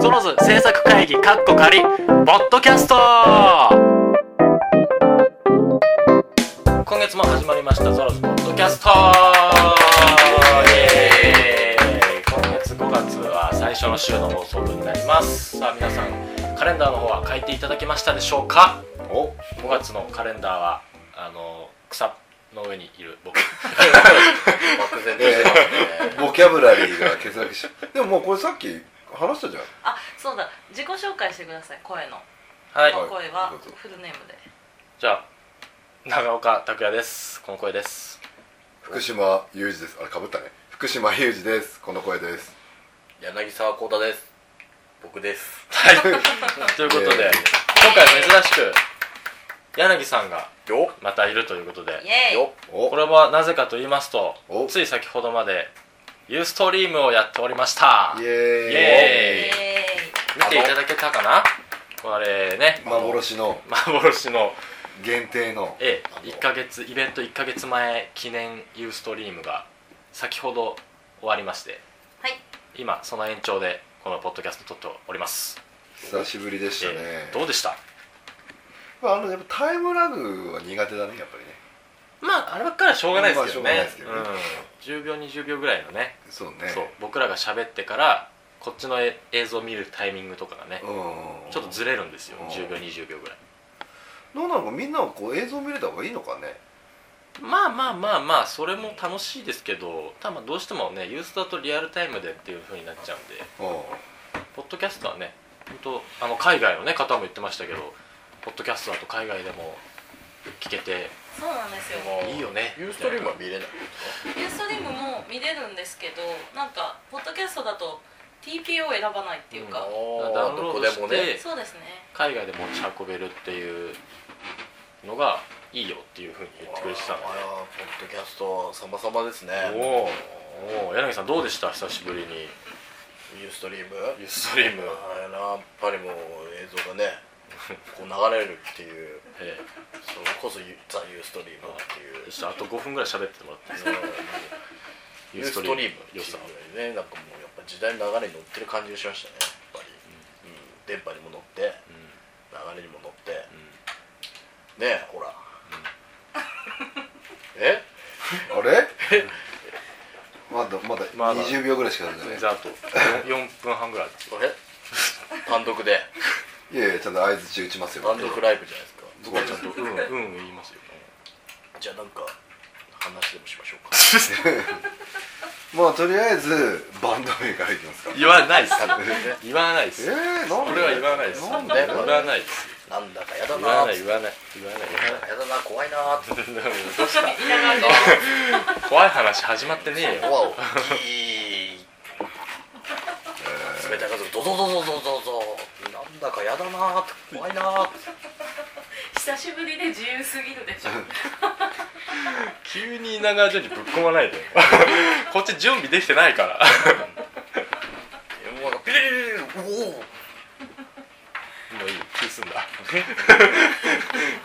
ゾロズ制作会議カッコ仮ポッドキャスト今月も始まりましたゾロズポッドキャストイエーイ今月5月は最初の週の放送となりますさあ皆さんカレンダーの方は書いていただけましたでしょうかお5月のカレンダーはあの草の上にいる 僕漠然として ますねボキャブラリーが欠落しでももうこれさっき話したじゃんあそうだ自己紹介してください声の、はいはい声はどうぞフルネームでじゃあ長岡拓也ですこの声です福島雄二ですあれかぶったね福島雄二ですこの声です柳沢幸太です僕ですはい ということで、えー今回は珍しく柳さんがよまたいるということでイエーイよおこれはなぜかと言いますとおつい先ほどまでユーストリームをやっておりましたイエイイエエーイ見ていただけたかなこれねーイ幻の幻の限定のえあの1ヶ月イベント1ヶ月前記念ユーストリームが先ほど終わりましてはい今その延長でこのポッドキャスト撮っております、久しぶりでしたねえーどうでしたまああのやっぱタイムラグは苦手だねやっぱりねまああればっかりはしょうがないですけどね,、まあしょうがないうん、10秒20秒ぐらいのね、そうねそう僕らが喋ってからこっちのえ映像を見るタイミングとかがね、うんちょっとずれるんですようん10秒20秒ぐらいどうなのかみんなはこう映像見れた方がいいのかねまあまあまあまあそれも楽しいですけどたまどうしてもねユースだとリアルタイムでっていう風になっちゃうんでうポッドキャストはね本当あの海外の、ね、方も言ってましたけどポッドキャストだと海外でも聞けてそうなんですよいいよねユーストリームは見れないユーストリームも見れるんですけどなんかポッドキャストだと TPO 選ばないっていうか、ダウンロードしてどこでもねそうですね海外で持ち運べるっていうのがいいよっていうふうに言ってくれてたんであらポッドキャスト様々ですねおーおー柳さんどうでした久しぶりにユーストリームユーストリーム、あれなやっぱりもう映像がね こう流れるっていうえそれこそユザ・ユーストリームっていうえちょっとあと5分ぐらい喋ってもらっていいですかユーストリーム良さっていうねなんかもうやっぱ時代の流れに乗ってる感じがしましたねやっぱり、うん電波にも乗ってうん流れにも乗ってうんねえほら、んえあれまだまだまだ20秒ぐらいしかないんじゃないじゃああと4分半ぐらいですこれ単独でいやいやちゃんと相づち打ちますよ単独ライブじゃないですかそこはちゃんちょっとうんうん言いますよじゃあなんか話でもしましょうかと まあとりあえずバンド名からいきますか 言わないっす言わないっえすー、なんで俺は言わないですなんでね言わないですなんだかやだ言なわなーい言わない言わない言わないやだな怖いなーってどうした怖い話始まってねえよ怖をキー冷たい風ドドドドドドドなんだかやだなーって怖いなーって久しぶりで自由すぎるでしょ急に稲川淳にぶっ込まないで こっち準備できてないからもうなんかピリリリリリおおもういい気すんだ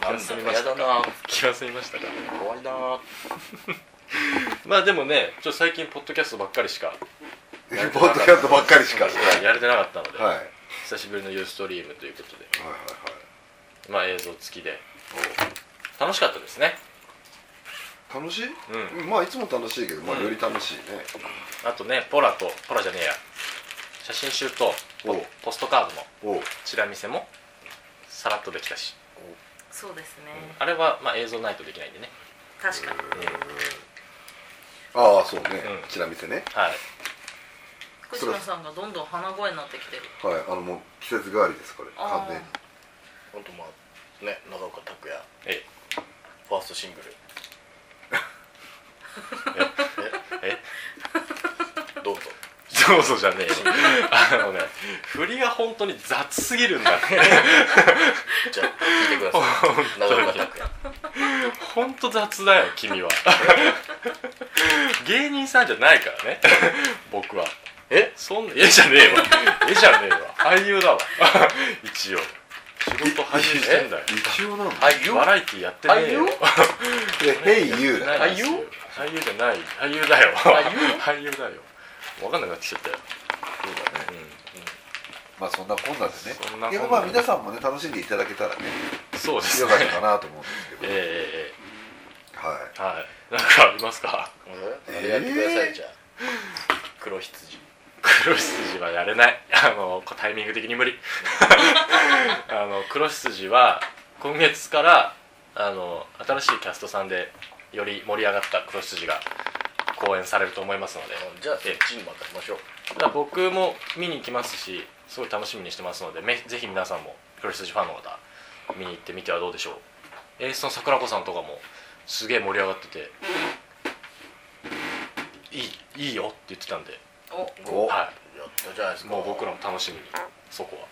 なんだかやだなーって気が済みましたか怖いなーってまあでもねちょっと最近ポッドキャストばっかりしかポッドキャストばっかりしかはいやれてなかったので、はいはい久しぶりのユーストリームということではいまあ映像付きで楽しかったですねお楽しい、うまあいつも楽しいけど、まあ、うんより楽しいね、あとねポラとポラじゃねえや写真集とポおうポストカードのおうチラ見せもさらっとできたし、そうですね、あれはまあ映像ないとできないんでね確かにああそうね、うんチラ見せねはい福島さんがどんどん鼻声になってきてるはいあのもう季節変わりですこれあ完ー全にほんとまあね長岡拓也えファーストシングルえどうぞそうそうじゃねえよあのね振りが本当に雑すぎるんだじゃあ聞いてください長岡拓也本当雑だよ君は芸人さんじゃないからね僕はえそんな絵じゃねえわ絵じゃねえわ俳優だわ一応仕事俳優してんだよ一応なの俳優バラエティやってねえよ俳優で「ヘイユー」だないですよ俳優俳優じゃない俳優だよ俳優俳優だよ分かんなくなってきちゃったよそうだねうんまあそんなこんなでねそんなこんなでいやまあ皆さんもね楽しんでいただけたらねそうですよねかったかなと思うんですけど、 えはいえええはいなんかありますかあれやってください、じゃあ黒羊黒羊はやれないあのタイミング的に無理 あの黒羊は今月からあの新しいキャストさんでより盛り上がった黒羊が公演されると思いますのでうんじゃあそっちに任せましょうだから僕も見に行きますしすごい楽しみにしてますのでめぜひ皆さんも黒羊ファンの方見に行ってみてはどうでしょう演出の桜子さんとかもすげえ盛り上がってていいいいよって言ってたんでおおはいやったじゃないですかもう僕らも楽しみにそこは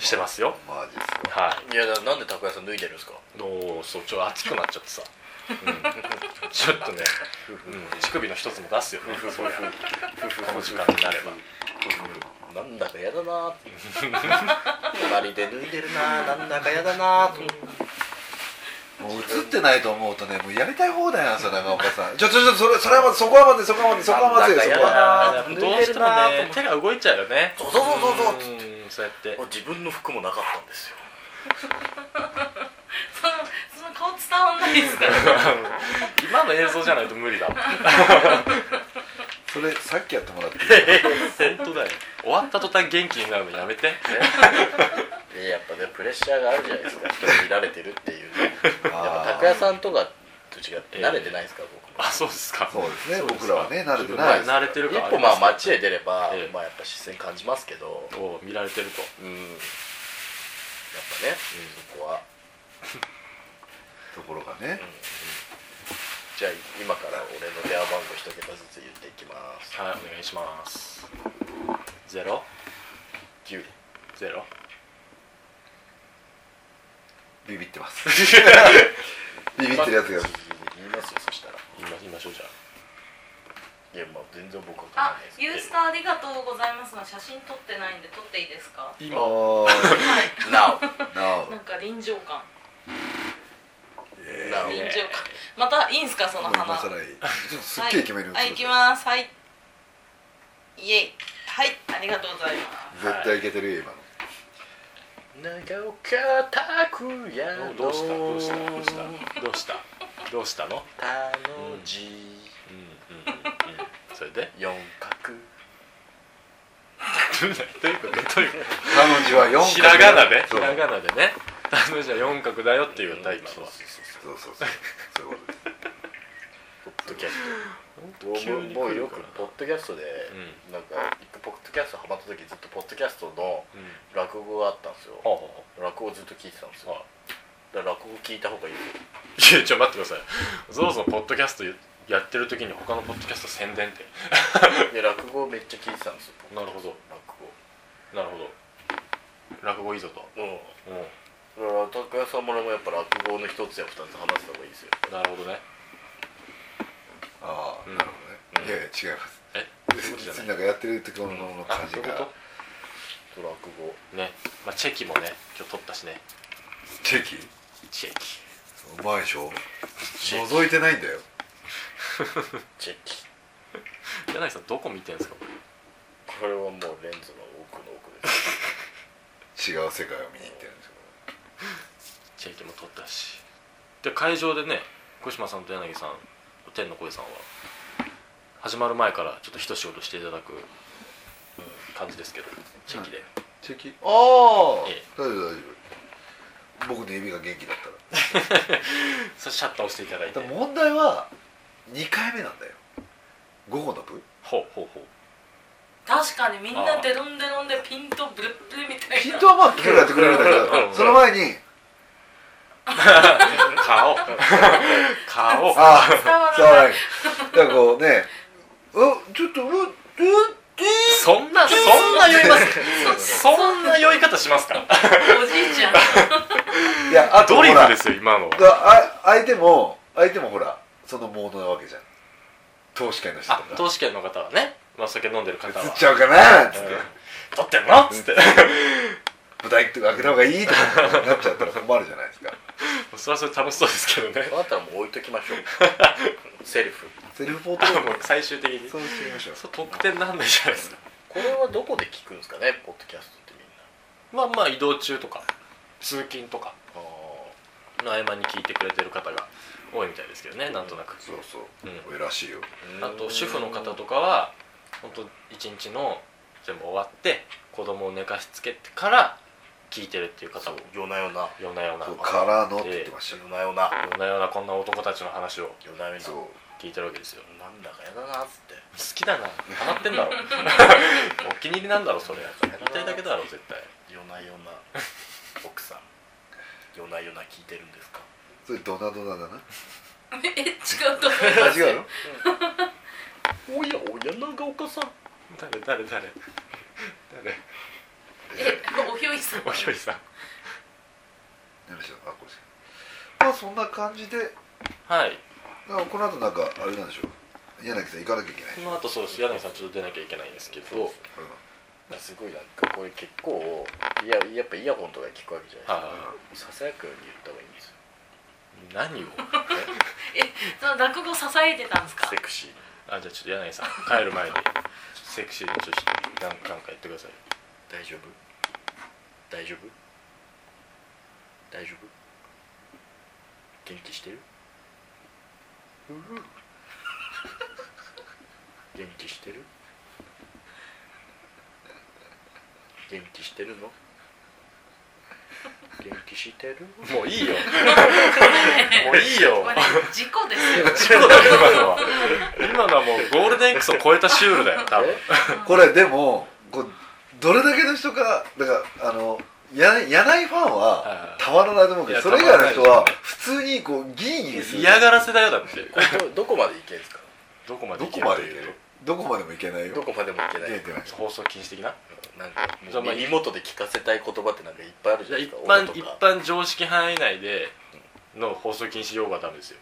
してますよマジっすはいやだなんで拓哉さん脱いでるんですかどうそうちょっと熱くなっちゃってさ、うん、 ちょっとね、うん、乳首の一つも出すよねそ りゃこの時間になればなんだかやだなーって 二人で脱いでるなーなんだかやだなーと思ってかもう映ってないと思うとねもうやりたい放題なんですよ長岡さんちょちょちょそれそれはまずそこはまずそこはまずそこはまずなんだかそやこだはなやっぱどうしてもね手が動いちゃうよねそうそうそうそううそうんそうやって自分の服もなかったんですよそのその顔伝わんないですから 今の映像じゃないと無理だそれさっきやってもらっていい本当だよ終わった途端元気になるのやめてねでやっぱねプレッシャーがあるじゃないです か人に見られてるっていうねやっぱあ拓哉ーさんとかと違ってええ慣れてないですから僕 もあそうですかそうですねそうです僕からはね慣れてはないです慣れてるか一歩まあ待街へ出れば、ええまあやっぱ視線感じますけどを見られてるとうんやっぱね、そこは、ところがねじゃあ今から俺の電話番号一桁ずつ言っていきますはいお願いしますゼロ9ゼロビビってます ビビってるやつが言いますよそしたら言いま言いましょうじゃあいやまあ全然僕は考あえないで、すけユどースターありがとうございますが写真撮ってないんで撮っていいですか今おー Now Now なんか臨場感え Now 臨え場感 またいいんすかそーのもう今花更いいちょっとすっげえ決めるんはい、はい、で行すきよますはいイエイはいありがとうございま絶対いけてるよ今の長岡拓也のどうしたどうしたどうしたどうしたどうしたのたの字うんうんうんうんそれで 四角どういうことどういうこ彼女はと4ひらがなでひそうらがなでねあのじゃあ四角だよっていう歌今そうのはそうそうそうそうそうそうそういうことですポッドキャスト急に来るからもうよくポッドキャストで、うなんか一回ポッドキャストハマった時ずっとポッドキャストのうん落語があったんですよほうほ落語ずっと聞いてたんですうほうよだから落語聞いた方がいいですよいやちょっと待ってくださいそもそもポッドキャストやってる時に他のポッドキャスト宣伝っていや落語めっちゃ聞いてたんですよ僕なるほど落語なるほど落語いいぞとうんうだから高谷さんも俺もやっぱ落語の一つや二つ話した方がいいですよんなるほどねああうなんるほどねいやいや違いますえそういうことじゃ別ないになんかやってる時のあ感じそういうこが落語とねまあチェキもね今日取ったしねチェキチェキうまいでしょチェキ覗いてないんだよチェキ柳さんどこ見てんすかこれこれはもうレンズの奥の奥です違う世界を見に行ってるんですチェキも取ったしで会場でね小島さんと柳さん天の声さんは始まる前からちょっと一仕事していただく感じですけどチェキで、けどチェキああええ大丈夫大丈夫僕の指が元気だったらそしてシャッター押していただいてだから問題は2回目なんだよ午後の部ほうほうほうす確かにみんなデロンデロンでピントブルッブルみたいなヒントはまあ聞くやってくれるんだけうんどその前に 顔顔あ伝わあらないいだからこうねうちょっとうううそんなそんな酔いますそんな酔い方しますかおじいちゃんいやあとドほリらフですよ今のはだあ相手も相手もほらそのモードなわけじゃん投資家の人あとか投資券の方はね、まあ、酒飲んでる方は映っちゃうかなっつうって、ん撮ってんのっつって舞台とか開けた方がいいとかなっちゃったら困るじゃないですかそれはそれ楽しそうですけどねそうなったらもう置いときましょ うセルフセルフポートあフ もォう最終的にリオそうしてみましょうそう得点なんないじゃないですかこれはどこで聞くんですかねポッドキャストってみんなまあまあ移動中とか通勤とかあの合間に聞いてくれてる方が多いみたいですけどねなんとなく、そうそううん俺らしいよーあと主婦の方とかは本当一日の全部終わって子供を寝かしつけてから聞いてるっていう方そうも夜な夜な夜な夜なそう夜からのって言ってましたよ夜な夜なな夜なこんな男たちの話を夜な夜なそう聞いてるわけですよなんだかやだなっつって好きだなハマってんだろ お気に入りなんだろそれ言いたいだけだろ絶対夜な夜 な奥さん夜な夜な聞いてるんですかそれドナドナだ なえ違うと思いあます違うのおやおや長岡さん誰誰誰誰えおひょいさんおひょいさん何でしょうあこれまあそんな感じではいなんかこの後なんかあれなんでしょう柳さん行かなきゃいけないこの後そうです柳さんちょっと出なきゃいけないんですけどすごいなんかこれ結構いややっぱイヤホンとかで聞くわけじゃないはですかささやくように言った方がいいんい何ですよをえその落語を支えてたんですかセクシーあじゃあちょっと柳さん帰る前にセクシーにちょっとなんなんか言ってください大丈夫大丈夫大丈夫元気してるうう元気してる元気してるの元気してるもういいよもういいよこれ事故ですよ事故だよ今のは今のはもうゴールデン X を超えたシュールだよ多分えうんこれでもこうどれだけの人かだからあのや柳井ファンはいはいははいたまらないと思うけどいやそれ以外の人たまらはないで普通にこうギーギーする嫌がらせだよだってこれどどこまでいけるんですかどこまでどいけこるまとでいけいうるどこまでもいけないどよこまでもいけない出てない放送禁止的ななんかじゃあまもあう耳元で聞かせたい言葉ってなんかいっぱいあるじじゃゃあない一ですか般一音とか般常識範囲内での放送禁止用語はダメですよ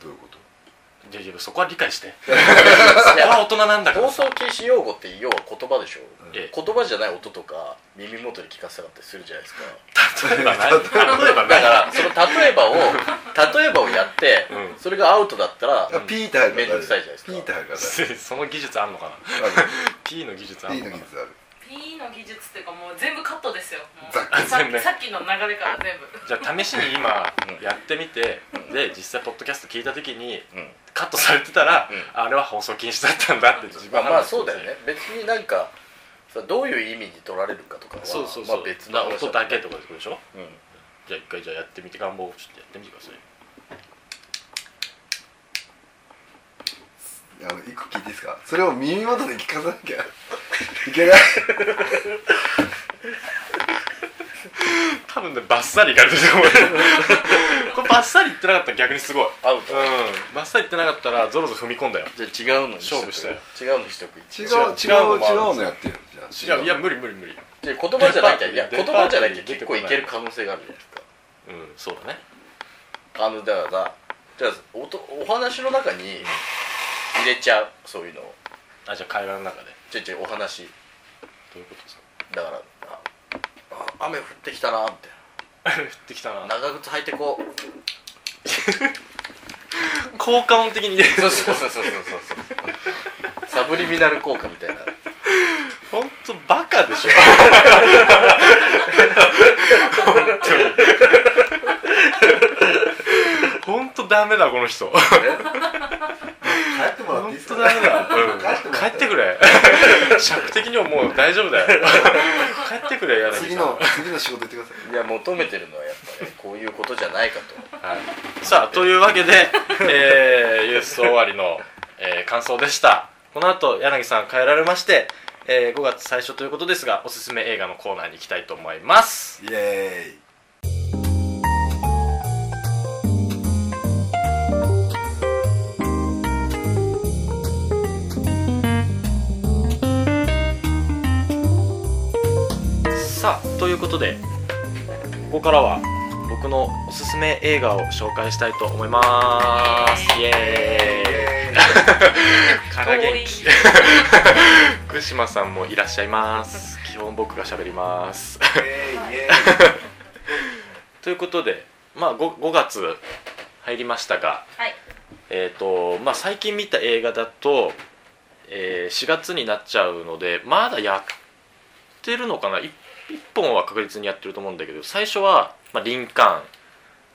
どういうこといやいやそこは理解していそこやは大人なんだか放らさ送禁止用語って要は言葉でしょ、うんええ言葉じゃない音とか耳元に聞かせたかったりするじゃないですか例えば何例えばだ何からその例えばを例えばをやって、うんそれがアウトだったら、あピーターめんどくさいじゃないですかピーター がその技術あんのかなあ P の技術あるんピのーかなの技術ある P の技術っていうかもう全部カットですよもうざっくりさ全部さっきの流れから全部じゃあ試しに今うんやってみてで実際ポッドキャスト聞いた時にうんカットされてたらうあれは放送禁止だったんだって自分まあはまあそうだよね別になんかさどういう意味に取られるかとかはそうそうそうまあ、別のだから話音だけってことでしょうんじゃあ一回じゃあやってみて願望をちょっとやってみてくださいあの一個聞いていいですかそれを耳元で聞かさなきゃいけない多分ねバッサリいかれてると思うよこれバッサリいってなかったら逆にすごいアウうト、んバッサリいってなかったらゾロゾロ踏み込んだよじゃあ違うのに勝負したよ違うのにしとく違う違違う違うのもあるう違うんですよのやってよいじゃあやいや無理無理無理で言葉じゃなきゃいやデ言パートに葉じゃなきゃ出て結こな構いいける可能性があるじゃないですうんそうかだねあのだからさじゃあおとお話の中に入れちゃうそういうのをあじゃあ会話の中でちょいちょいお話どういうことですかだからああ雨降ってきたなみ降ってきたたいなな長靴履いてこう効果音的にねそうそうそうそうそうそうサブリミナル効果みたいな本当バカでしょ本当に本当ダメだこの人本帰ってもらっていいです当かダメだ、うん帰ってもら帰っってくれ尺的にはもう大丈夫だよ帰ってくれ柳さん次の次の仕事行ってくださいいや求めてるのはやっぱねこういうことじゃないかとはい、さあというわけで、えー、ユース終わりの、えー感想でしたこの後柳さん帰られまして、え5月最初ということですがおすすめ映画のコーナーに行きたいと思いますイエさあということでここからは僕のおすすめ映画を紹介したいと思いますイーイイエーエイから元遠い気福島さんもいらっしゃい ます基本僕が喋りますーイイエーイイエということで、まあ、5, 月入りましたが、はいえーとまあ、最近見た映画だと、え4月になっちゃうのでまだやってるのかな1 1本は確実にやってると思うんだけど最初は、まあ、リンカーン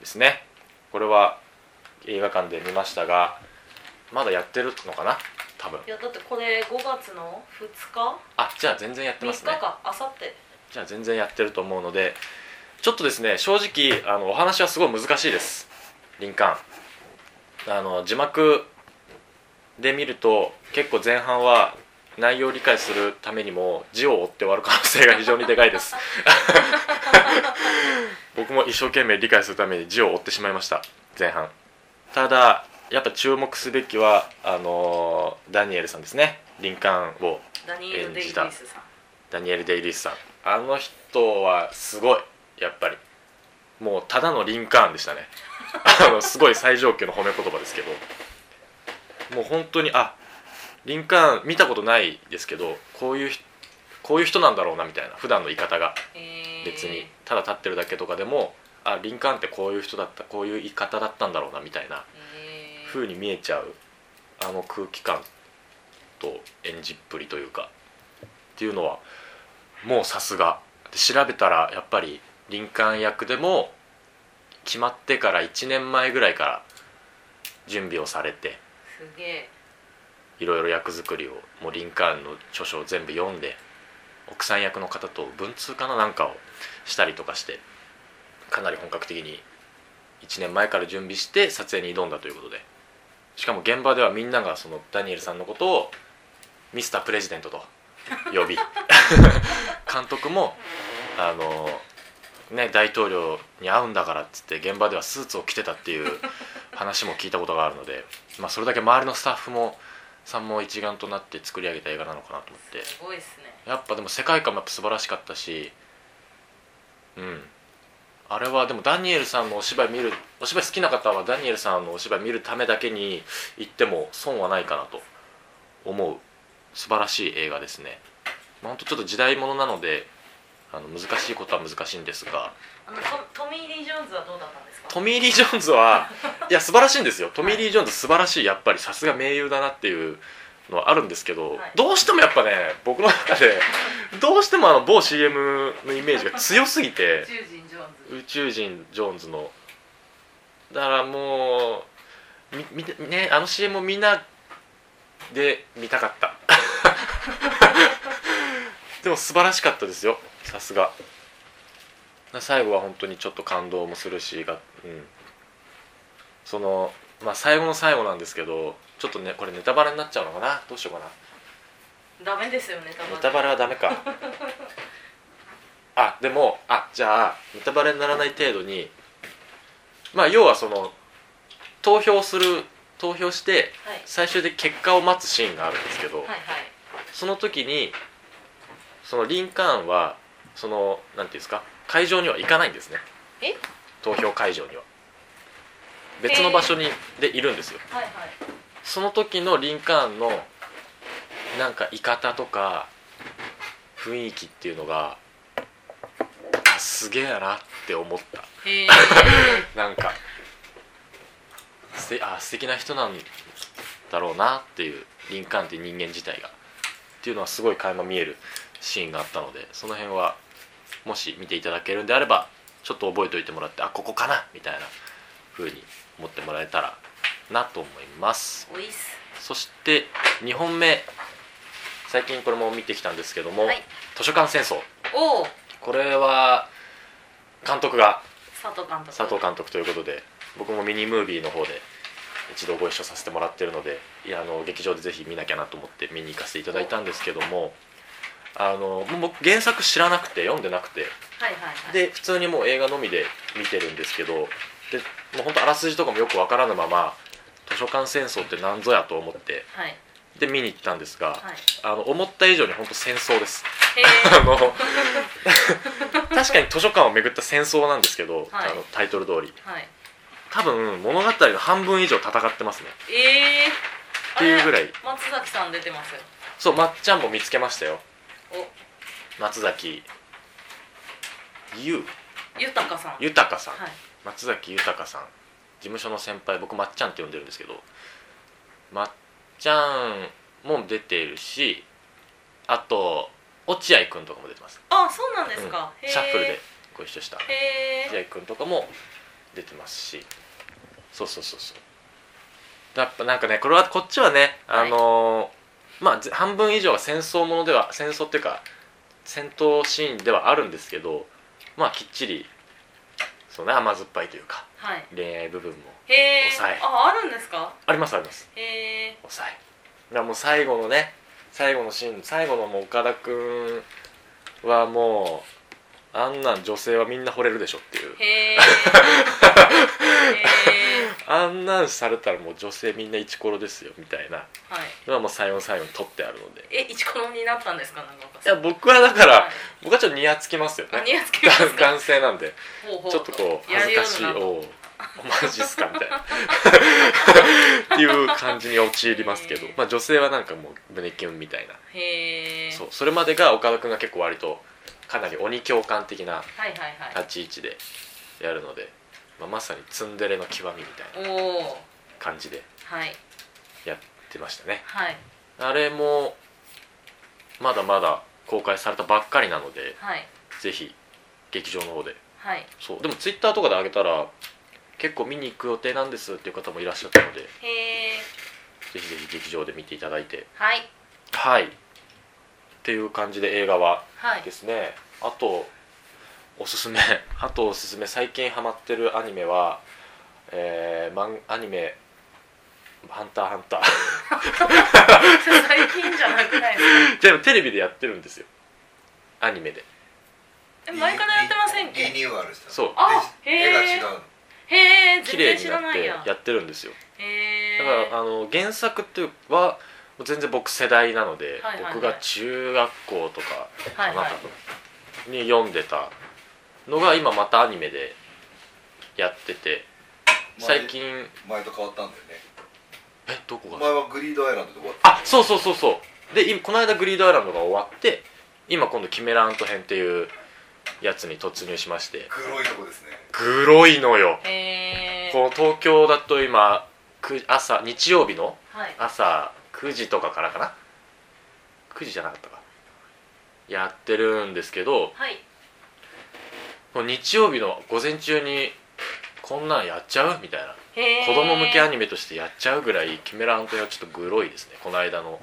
ですねこれは映画館で見ましたがまだやってるのかな多分いやだってこれ5月の2日あじゃあ全然やって3ま日すねかあさってじゃあ全然やってると思うのでちょっとですね正直あのお話はすごい難しいですリンカーンあの字幕で見ると結構前半は内容を理解するためにも字を追って終わる可能性が非常にでかいです 僕も一生懸命理解するために字を追ってしまいました前半ただやっぱ注目すべきはあのダニエルさんですねリンカーンをダニール・デイ・リースさんダニエル・デイ・リースさんあの人はすごいやっぱりもうただのリンカーンでしたね あのすごい最上級の褒め言葉ですけどもう本当にあリンカーン見たことないですけどこういうひこういう人なんだろうなみたいな普段の言い方がえー別にただ立ってるだけとかでもあリンカーンってこういう人だったこういう言い方だったんだろうなみたいなえー風に見えちゃうあの空気感と演じっぷりというかっていうのはもうさすがで調べたらやっぱり林間役でも決まってから1年前ぐらいから準備をされてすげえいろいろ役作りをもうリンカーンの著書を全部読んで奥さん役の方と文通かななんかをしたりとかしてかなり本格的に1年前から準備して撮影に挑んだということでしかも現場ではみんながそのダニエルさんのことをミスタープレジデントと呼び 監督もあのね大統領に会うんだからっつって現場ではスーツを着てたっていう話も聞いたことがあるので、まあ、それだけ周りのスタッフもさんも一丸となって作り上げた映画なのかなと思ってすごいですねやっぱでも世界観もやっぱ素晴らしかったしうんあれはでもダニエルさんのお芝居見るお芝居好きな方はダニエルさんのお芝居見るためだけに行っても損はないかなと思う素晴らしい映画ですねまあほんとちょっと時代物なのであの難しいことは難しいんですがあのトトミー・リー・ジョーンズはどうだったんですかトミー・リー・ジョーンズはいや素晴らしいんですよトミー・リー・ジョーンズ素晴らしいやっぱりさすが名優だなっていうのはあるんですけど、いどうしてもやっぱね僕の中でどうしてもあの某 CM のイメージが強すぎて宇宙人・ジョーンズ宇宙人ジョーンズのだからもうみみねあの CM をみんなで見たかった でも素晴らしかったですよさすが最後は本当にちょっと感動もするしが、うん、そのまあ最後の最後なんですけどちょっとねこれネタバレになっちゃうのかなどうしようかなダメですよねネタバレはダメ かあでもあじゃあネタバレにならない程度にまあ要はその投票する投票してはい最終的に結果を待つシーンがあるんですけど、はいはいその時にそのリンカーンはそのなんていうんですか会場には行かないんですねえ投票会場には別の場所にでいるんですよはいはい その時のリンカーンのなんかいかたとか雰囲気っていうのがあすげえなって思ったへえなんかすてあ素敵な人なんだろうなっていうリンカーンっていう人間自体がっていうのはすごい垣間見えるシーンがあったのでその辺はもし見ていただけるんであればちょっと覚えておいてもらってあここかなみたいな風に思ってもらえたらなと思います。おいっすそして2本目最近これも見てきたんですけども、はい図書館戦争おおこれは監督が佐藤監督佐藤監督ということで僕もミニムービーの方で一度ご一緒させてもらってるのでいやあの劇場でぜひ見なきゃなと思って見に行かせていただいたんですけどもあのもう僕原作知らなくて読んでなくてはいはいはいで普通にもう映画のみで見てるんですけどでもうほんとあらすじとかもよくわからぬまま図書館戦争って何ぞやと思ってはいで見に行ったんですが、はいあの思った以上に本当戦争 ですへあえの確かに図書館を巡った戦争なんですけど、はいあのタイトル通りはい多分物語の半分以上戦ってますねええっていうぐらい松崎さん出てますよそうまっちゃんも見つけましたよお松崎優豊さんはい豊さん松崎豊さん事務所の先輩僕まっちゃんって呼んでるんですけどまっちゃんも出ているしあと落合君とかも出てます、あそうなんですうんか、へーシャッフルでご一緒したへ落合君とかも出てますしそうそうそうそうやっぱなんかねこれはこっちはねあはいのーまあぜ半分以上は戦争ものでは戦争っていうか戦闘シーンではあるんですけどまあきっちりそうね甘酸っぱいというかはい恋愛部分もへえ抑えああるんですかありますありますへえ抑えだからもう最後のね最後のシーン最後のもう岡田君はもうあんなん女性はみんな惚れるでしょっていうへえへえあんなんされたらもう女性みんなイチコロですよみたいなはいのはもう最後の最後に取ってあるのでえイチコロになったんですかなんかいや僕はだからはい僕はちょっとニヤつきますよあね似合ってますか男性なんでほうほうちょっとこうや恥れずるかようしいおになったおマジっすかみたいなっていう感じに陥りますけどへーまあ女性はなんかもう胸キュンみたいなへえそうそれまでが岡田君が結構割とかなり鬼教官的なはいはいはい立ち位置でやるので、まあ、まさにツンデレの極みみたいなおお感じではいやってましたねはいあれもまだまだ公開されたばっかりなのではいぜひ劇場の方ではいそうでもツイッターとかで上げたら結構見に行く予定なんですっていう方もいらっしゃったのでぜへえひぜひ劇場で見ていただいてはいはいっていう感じで映画ははいですねあとおすすめ あとおすすめ最近ハマってるアニメはえー、マンアニメ「ハンターハンター 最近じゃなくないです」でもテレビでやってるんですよアニメでかえ前からやってませんっリけニューアルしたそうあへ絵が違えうのへえ綺全麗然に知ならっないてややってるんですよへえだからあの原作っていうのは全然僕世代なので、はいはいはい僕が中学校とかはいはいかな多分に読んでたのが今またアニメでやってて最近前と変わったんだよねえどこが前はグリードアイランドで終わったあそうそうそうそうで今この間グリードアイランドが終わって今今度キメラント編っていうやつに突入しまして黒いとこですねグロいのよへえこの東京だと今く朝日曜日のはい朝9時とかからかな9時じゃなかったかやってるんですけどはいもう日曜日の午前中にこんなんやっちゃうみたいなへえ子供向けアニメとしてやっちゃうぐらいキメラアントはちょっとグロいですねこの間の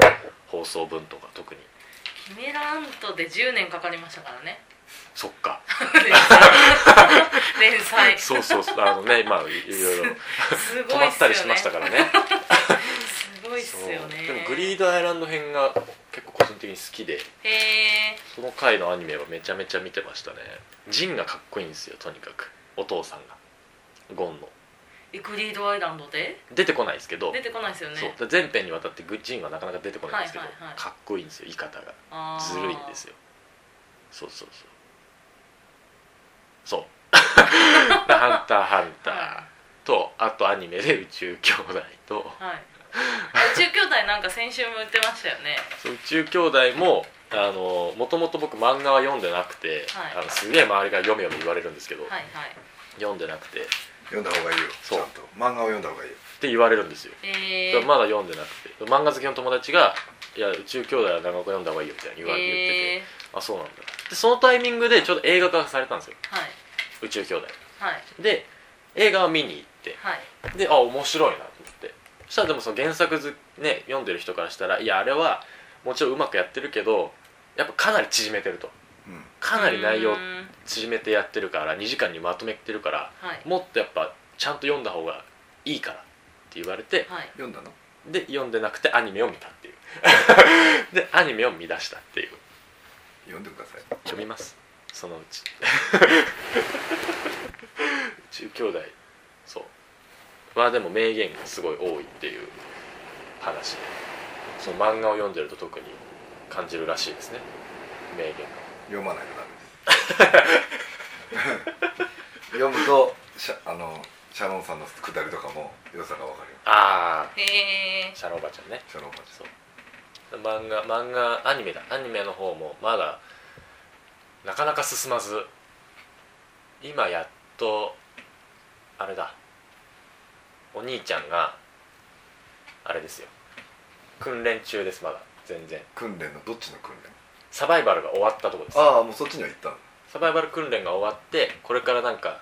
放送分とか特にキメラアントで10年かかりましたから ねそっか連 載すそうそうそうあのね まあいいろいろごいっすよね止まったりしましたからねすごいっすよねそうでもグリードアイランド編が結構個人的に好きでへえその回のアニメはめちゃめちゃ見てましたねジンがかっこいいんですよとにかくお父さんがゴンのグリードアイランドで出てこないですけど、出てこないですよねそうだから全編にわたってグジンはなかなか出てこないんですけど、はいはいはいかっこいいんですよ言い方があーずるいんですよそうそうそうそう 「ハンターハンター」とあとアニメで「宇宙兄弟と」はい宇宙兄弟なんか先週も言ってましたよねそう宇宙兄弟もあのもともと僕漫画は読んでなくて、はいあのすげえ周りから読め読め言われるんですけど、はいはい読んでなくてっ読んだ方がいいよそうちゃんと漫画を読んだ方がいいよて言われるんですよ、えだかーらまだ読んでなくて漫画好きの友達が「いや宇宙兄弟は長岡読んだ方がいいよ」みたいに言われ、言っててえあそうなんだでそのタイミングでちょうど映画化されたんですよー、はい宇宙兄弟はいで映画を見に行ってはいであ面白いなと思ってそしたらでもその原作ず、ね、読んでる人からしたらいやあれはもちろんうまくやってるけどやっぱかなり縮めてるとうんかなり内容うーん縮めてやってるから2時間にまとめてるからはいもっとやっぱちゃんと読んだ方がいいからって言われてはい読んだので読んでなくてアニメを見たっていう でアニメを見出したっていう読んでくださいちょ見ますそのうち 宇宙兄弟そうはでも名言がすごい多いっていう話でその漫画を読んでると特に感じるらしいですね名言が読まないと ダメです読むとシャあのシャロンさんのくだりとかも良さがわかるよああへえシャロおばちゃんねシャロンマジそう漫画漫画アニメだアニメの方もまだなかなか進まず今やっとあれだお兄ちゃんがあれですよ訓練中ですまだ全然訓練のどっちの訓練サバイバルが終わったとこですああもうそっちには行ったのサバイバル訓練が終わってこれからなんか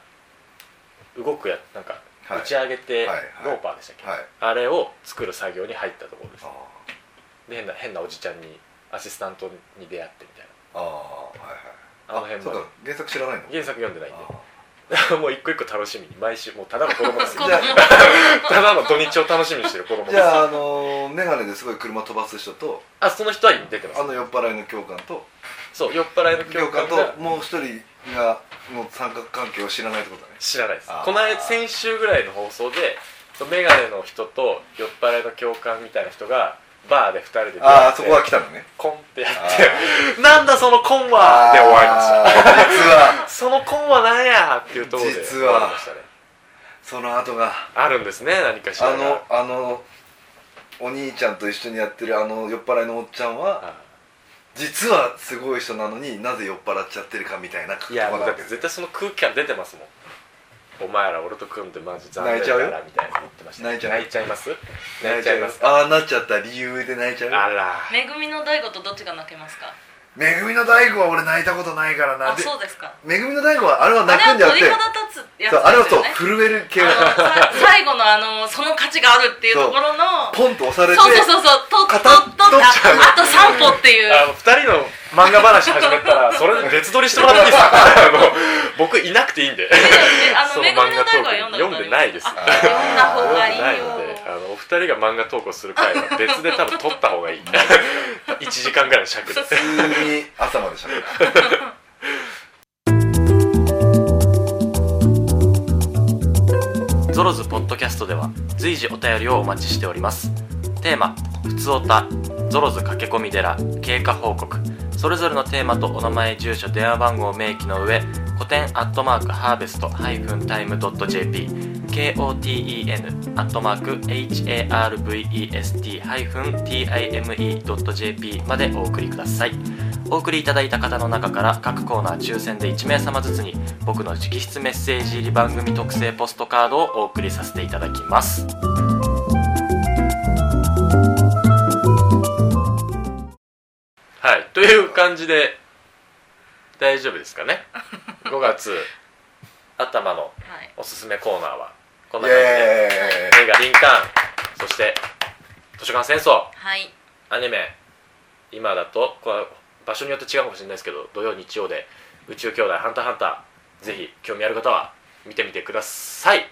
動くやなんかはい打ち上げてはいはいローパーでしたっけ、はいあれを作る作業に入ったところですあで変な変なおじちゃんにアシスタントに出会ってみたいあああはいはいなあの辺そうまでか原作知らないの原作読んでないんあで もう一個一個楽しみに毎週もうただの子供 ですああじゃただの土日を楽しみにしてる子供であすじゃああのー、眼鏡ですごい車飛ばす人とあその人は出てますあの酔っ払いの教官とそう酔っ払いの教教官官とがもう一人がもう三角関係を知らないってことだね知らないですあーこの間先週ぐらいの放送でそのメガネの人と酔っ払いの教官みたいな人がバーで2人で出会ってああそこは来たのねコンってやっあて「なんだそのコンは!」で終わりましたた実はそのコンはなんやっていうところで実終はわりましたねその後があるんですね何かしらあがのあのお兄ちゃんと一緒にやってるあの酔っ払いのおっちゃんはは実はすごい人なのになぜ酔っ払っちゃってるかみたいないいやとこもうだなわってけです絶対その空気感出てますもんお前ら俺と組んでマジ残泣念いちだゃうよなみたいな言ってましたね泣いちゃう泣いちゃいます泣いちゃいますああなっちゃった理由で泣いちゃあうらめぐみの大悟とどっちが泣けますかめぐみの大悟は俺泣いたことないからなあでそうですかめぐみの大悟はあれはあ泣くんれじゃはなく鳥て肌立つやつそうあれはですそうよね震える系あのださ最後のあのその価値があるっていうところのポンと押されてそうそうそうそうと片ととどっちかああと3歩っていうあの2人の漫画話始めたらそれで別撮りしてもらっていいですかあの僕いなくていいんでえあそののめぐみ漫の画ト大ー悟は読クんだ読んでないですことありますあ読んだ方がいいよないのであのお二人が漫画投稿する回は別で多分撮った方がいい1時間ぐらいの尺で普通に朝までしゃべるゾロズポッドキャストでは随時お便りをお待ちしておりますテーマ「ふつおた」「ゾロズ駆け込み寺」「経過報告」それぞれのテーマとお名前住所電話番号を明記の上古典アットマークハーベストハイフンタイムドット JP KOTEN アットマーク HARVEST ハイフン TIME ドット JP までお送りくださいお送りいただいた方の中から各コーナー抽選で1名様ずつに僕の直筆メッセージ入り番組特製ポストカードをお送りさせていただきますはいという感じで大丈夫です かね5月頭のはいおすすめコーナーはこんイな感じでエーイ映画「リンカーン」そして「図書館戦争」はいアニメ今だとこれ場所によって違うかもしれないですけど土曜日曜で「宇宙兄弟ハンターハンター」ぜひ興味ある方は見てみてください